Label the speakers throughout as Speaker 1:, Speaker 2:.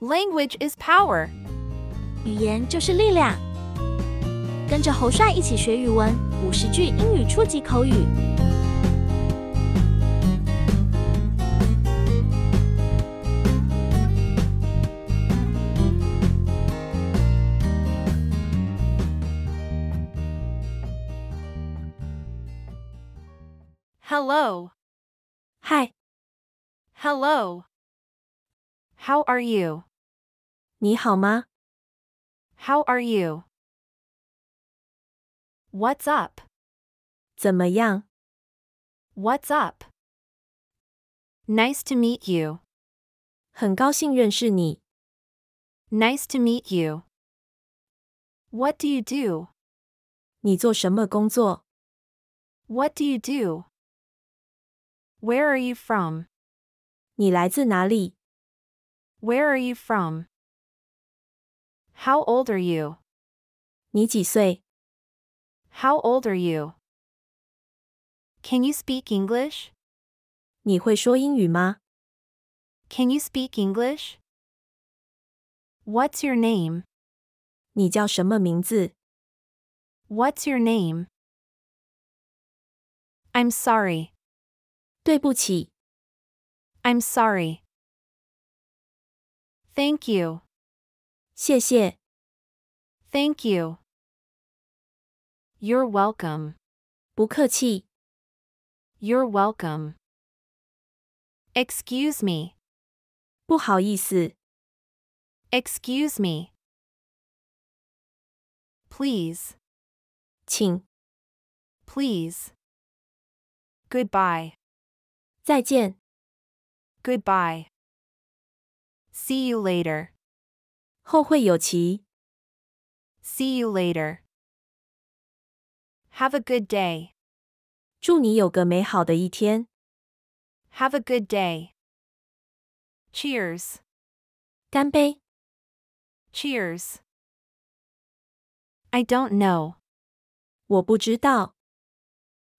Speaker 1: Language is power.
Speaker 2: 语言就是力量。跟着侯帅一起学语文，五十句英语初级口语。
Speaker 1: Hello.
Speaker 3: 嗨，
Speaker 1: Hello. How are you?
Speaker 3: 你好吗？
Speaker 1: How are you? What's up?
Speaker 3: 怎么样？
Speaker 1: What's up? Nice to meet you.
Speaker 3: 很高兴认识你。
Speaker 1: Nice to meet you. What do you do?
Speaker 3: 你做什么工作？
Speaker 1: What do you do? Where are you from?
Speaker 3: 你来自哪里？
Speaker 1: Where are you from? How old are you?
Speaker 3: 你几岁？
Speaker 1: How old are you? Can you speak English?
Speaker 3: 你会说英语吗？
Speaker 1: Can you speak English? What's your name?
Speaker 3: 你叫什么名字？
Speaker 1: What's your name? I'm sorry.
Speaker 3: 对不起，
Speaker 1: I'm sorry. Thank you.
Speaker 3: 谢谢，
Speaker 1: Thank you. You're welcome.
Speaker 3: 不客气。
Speaker 1: You're welcome. Excuse me.
Speaker 3: 不好意思，
Speaker 1: Excuse me. Please.
Speaker 3: 请
Speaker 1: Please. Goodbye.
Speaker 3: 再见，
Speaker 1: Goodbye. See you later.
Speaker 3: 后会有期。
Speaker 1: See you later. Have a good day.
Speaker 3: 祝你有个美好的一天。
Speaker 1: Have a good day. Cheers.
Speaker 3: 干杯！
Speaker 1: Cheers. I don't know.
Speaker 3: 我不知道，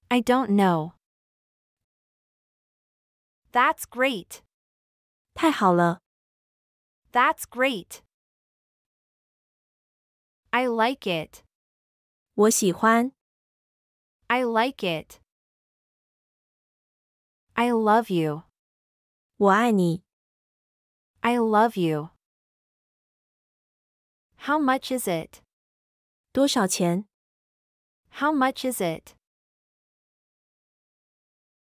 Speaker 1: I don't know. That's great.
Speaker 3: 太好了，
Speaker 1: That's great. I like it.
Speaker 3: 我喜欢，
Speaker 1: I like it. I love you.
Speaker 3: 我爱你。
Speaker 1: I love you. How much is it?
Speaker 3: 多少钱？
Speaker 1: How much is it?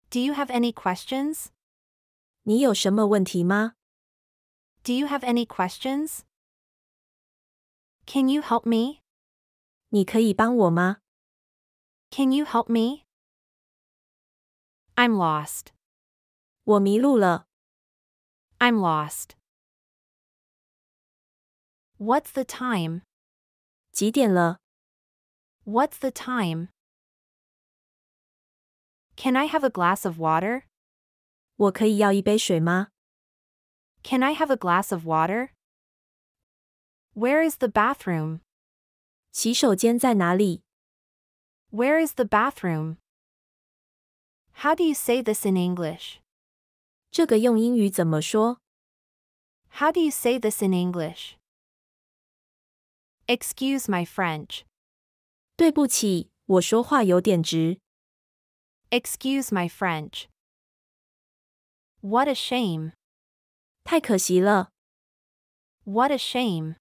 Speaker 1: Do you have any questions?
Speaker 3: 你有什么问题吗？
Speaker 1: Do you have any questions? Can you help me?
Speaker 3: 你可以帮我吗？
Speaker 1: Can you help me? I'm lost.
Speaker 3: 我迷路了，
Speaker 1: I'm lost. What's the time?
Speaker 3: 几点了？
Speaker 1: What's the time? Can I have a glass of water?
Speaker 3: 我可以要一杯水吗？
Speaker 1: Can I have a glass of water? Where is the bathroom?
Speaker 3: 洗手间在哪里？
Speaker 1: Where is the bathroom? How do you say this in English?
Speaker 3: 这个用英语怎么说？
Speaker 1: How do you say this in English? Excuse my French.
Speaker 3: 对不起，我说话有点直。
Speaker 1: Excuse my French. What a shame.
Speaker 3: 太可惜了，
Speaker 1: What a shame.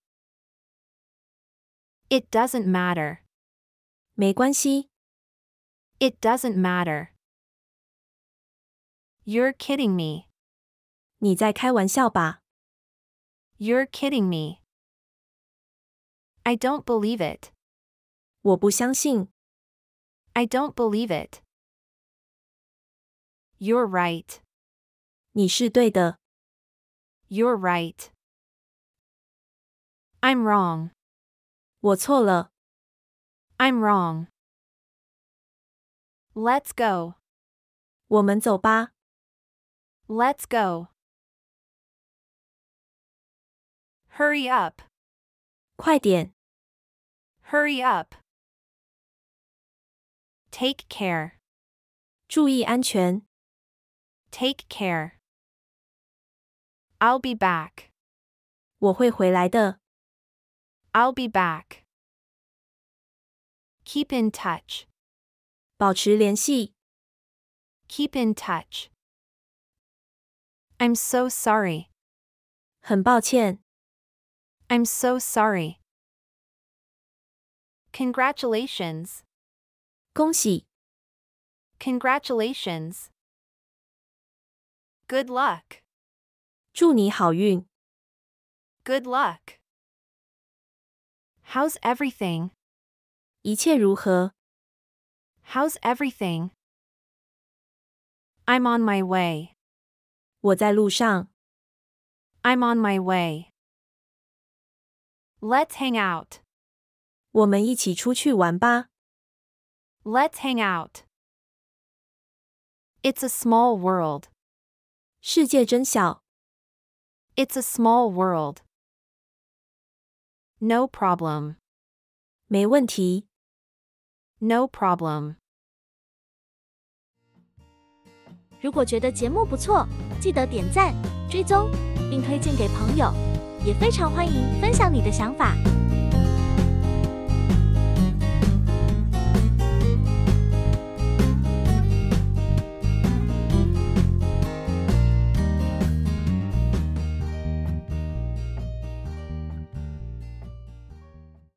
Speaker 1: It doesn't matter.
Speaker 3: 没关系，
Speaker 1: It doesn't matter. You're kidding me.
Speaker 3: 你在开玩笑吧？
Speaker 1: You're kidding me. I don't believe it.
Speaker 3: 我不相信，
Speaker 1: I don't believe it. You're right.
Speaker 3: 你是对的，
Speaker 1: You're right. I'm wrong.
Speaker 3: 我错了，
Speaker 1: I'm wrong. Let's go.
Speaker 3: 我们走吧。
Speaker 1: Let's go. Hurry up.
Speaker 3: 快点，
Speaker 1: Hurry up. Take care.
Speaker 3: 注意安全，
Speaker 1: Take care. I'll be back.
Speaker 3: 我会回来的。
Speaker 1: I'll be back. Keep in touch.
Speaker 3: 保持联系。
Speaker 1: Keep in touch. I'm so sorry.
Speaker 3: 很抱歉，
Speaker 1: I'm so sorry. Congratulations.
Speaker 3: 恭喜，
Speaker 1: Congratulations. Good luck.
Speaker 3: 祝你好运。
Speaker 1: Good luck. How's everything?
Speaker 3: 一切如何？
Speaker 1: How's everything? I'm on my way.
Speaker 3: 我在路上。
Speaker 1: I'm on my way. Let's hang out.
Speaker 3: 我们一起出去玩吧。
Speaker 1: Let's hang out. It's a small world.
Speaker 3: 世界真小，
Speaker 1: It's a small world. No problem.
Speaker 3: 没问题。
Speaker 1: No problem.
Speaker 2: 如果觉得节目不错，记得点赞、追踪，并推荐给朋友，也非常欢迎分享你的想法。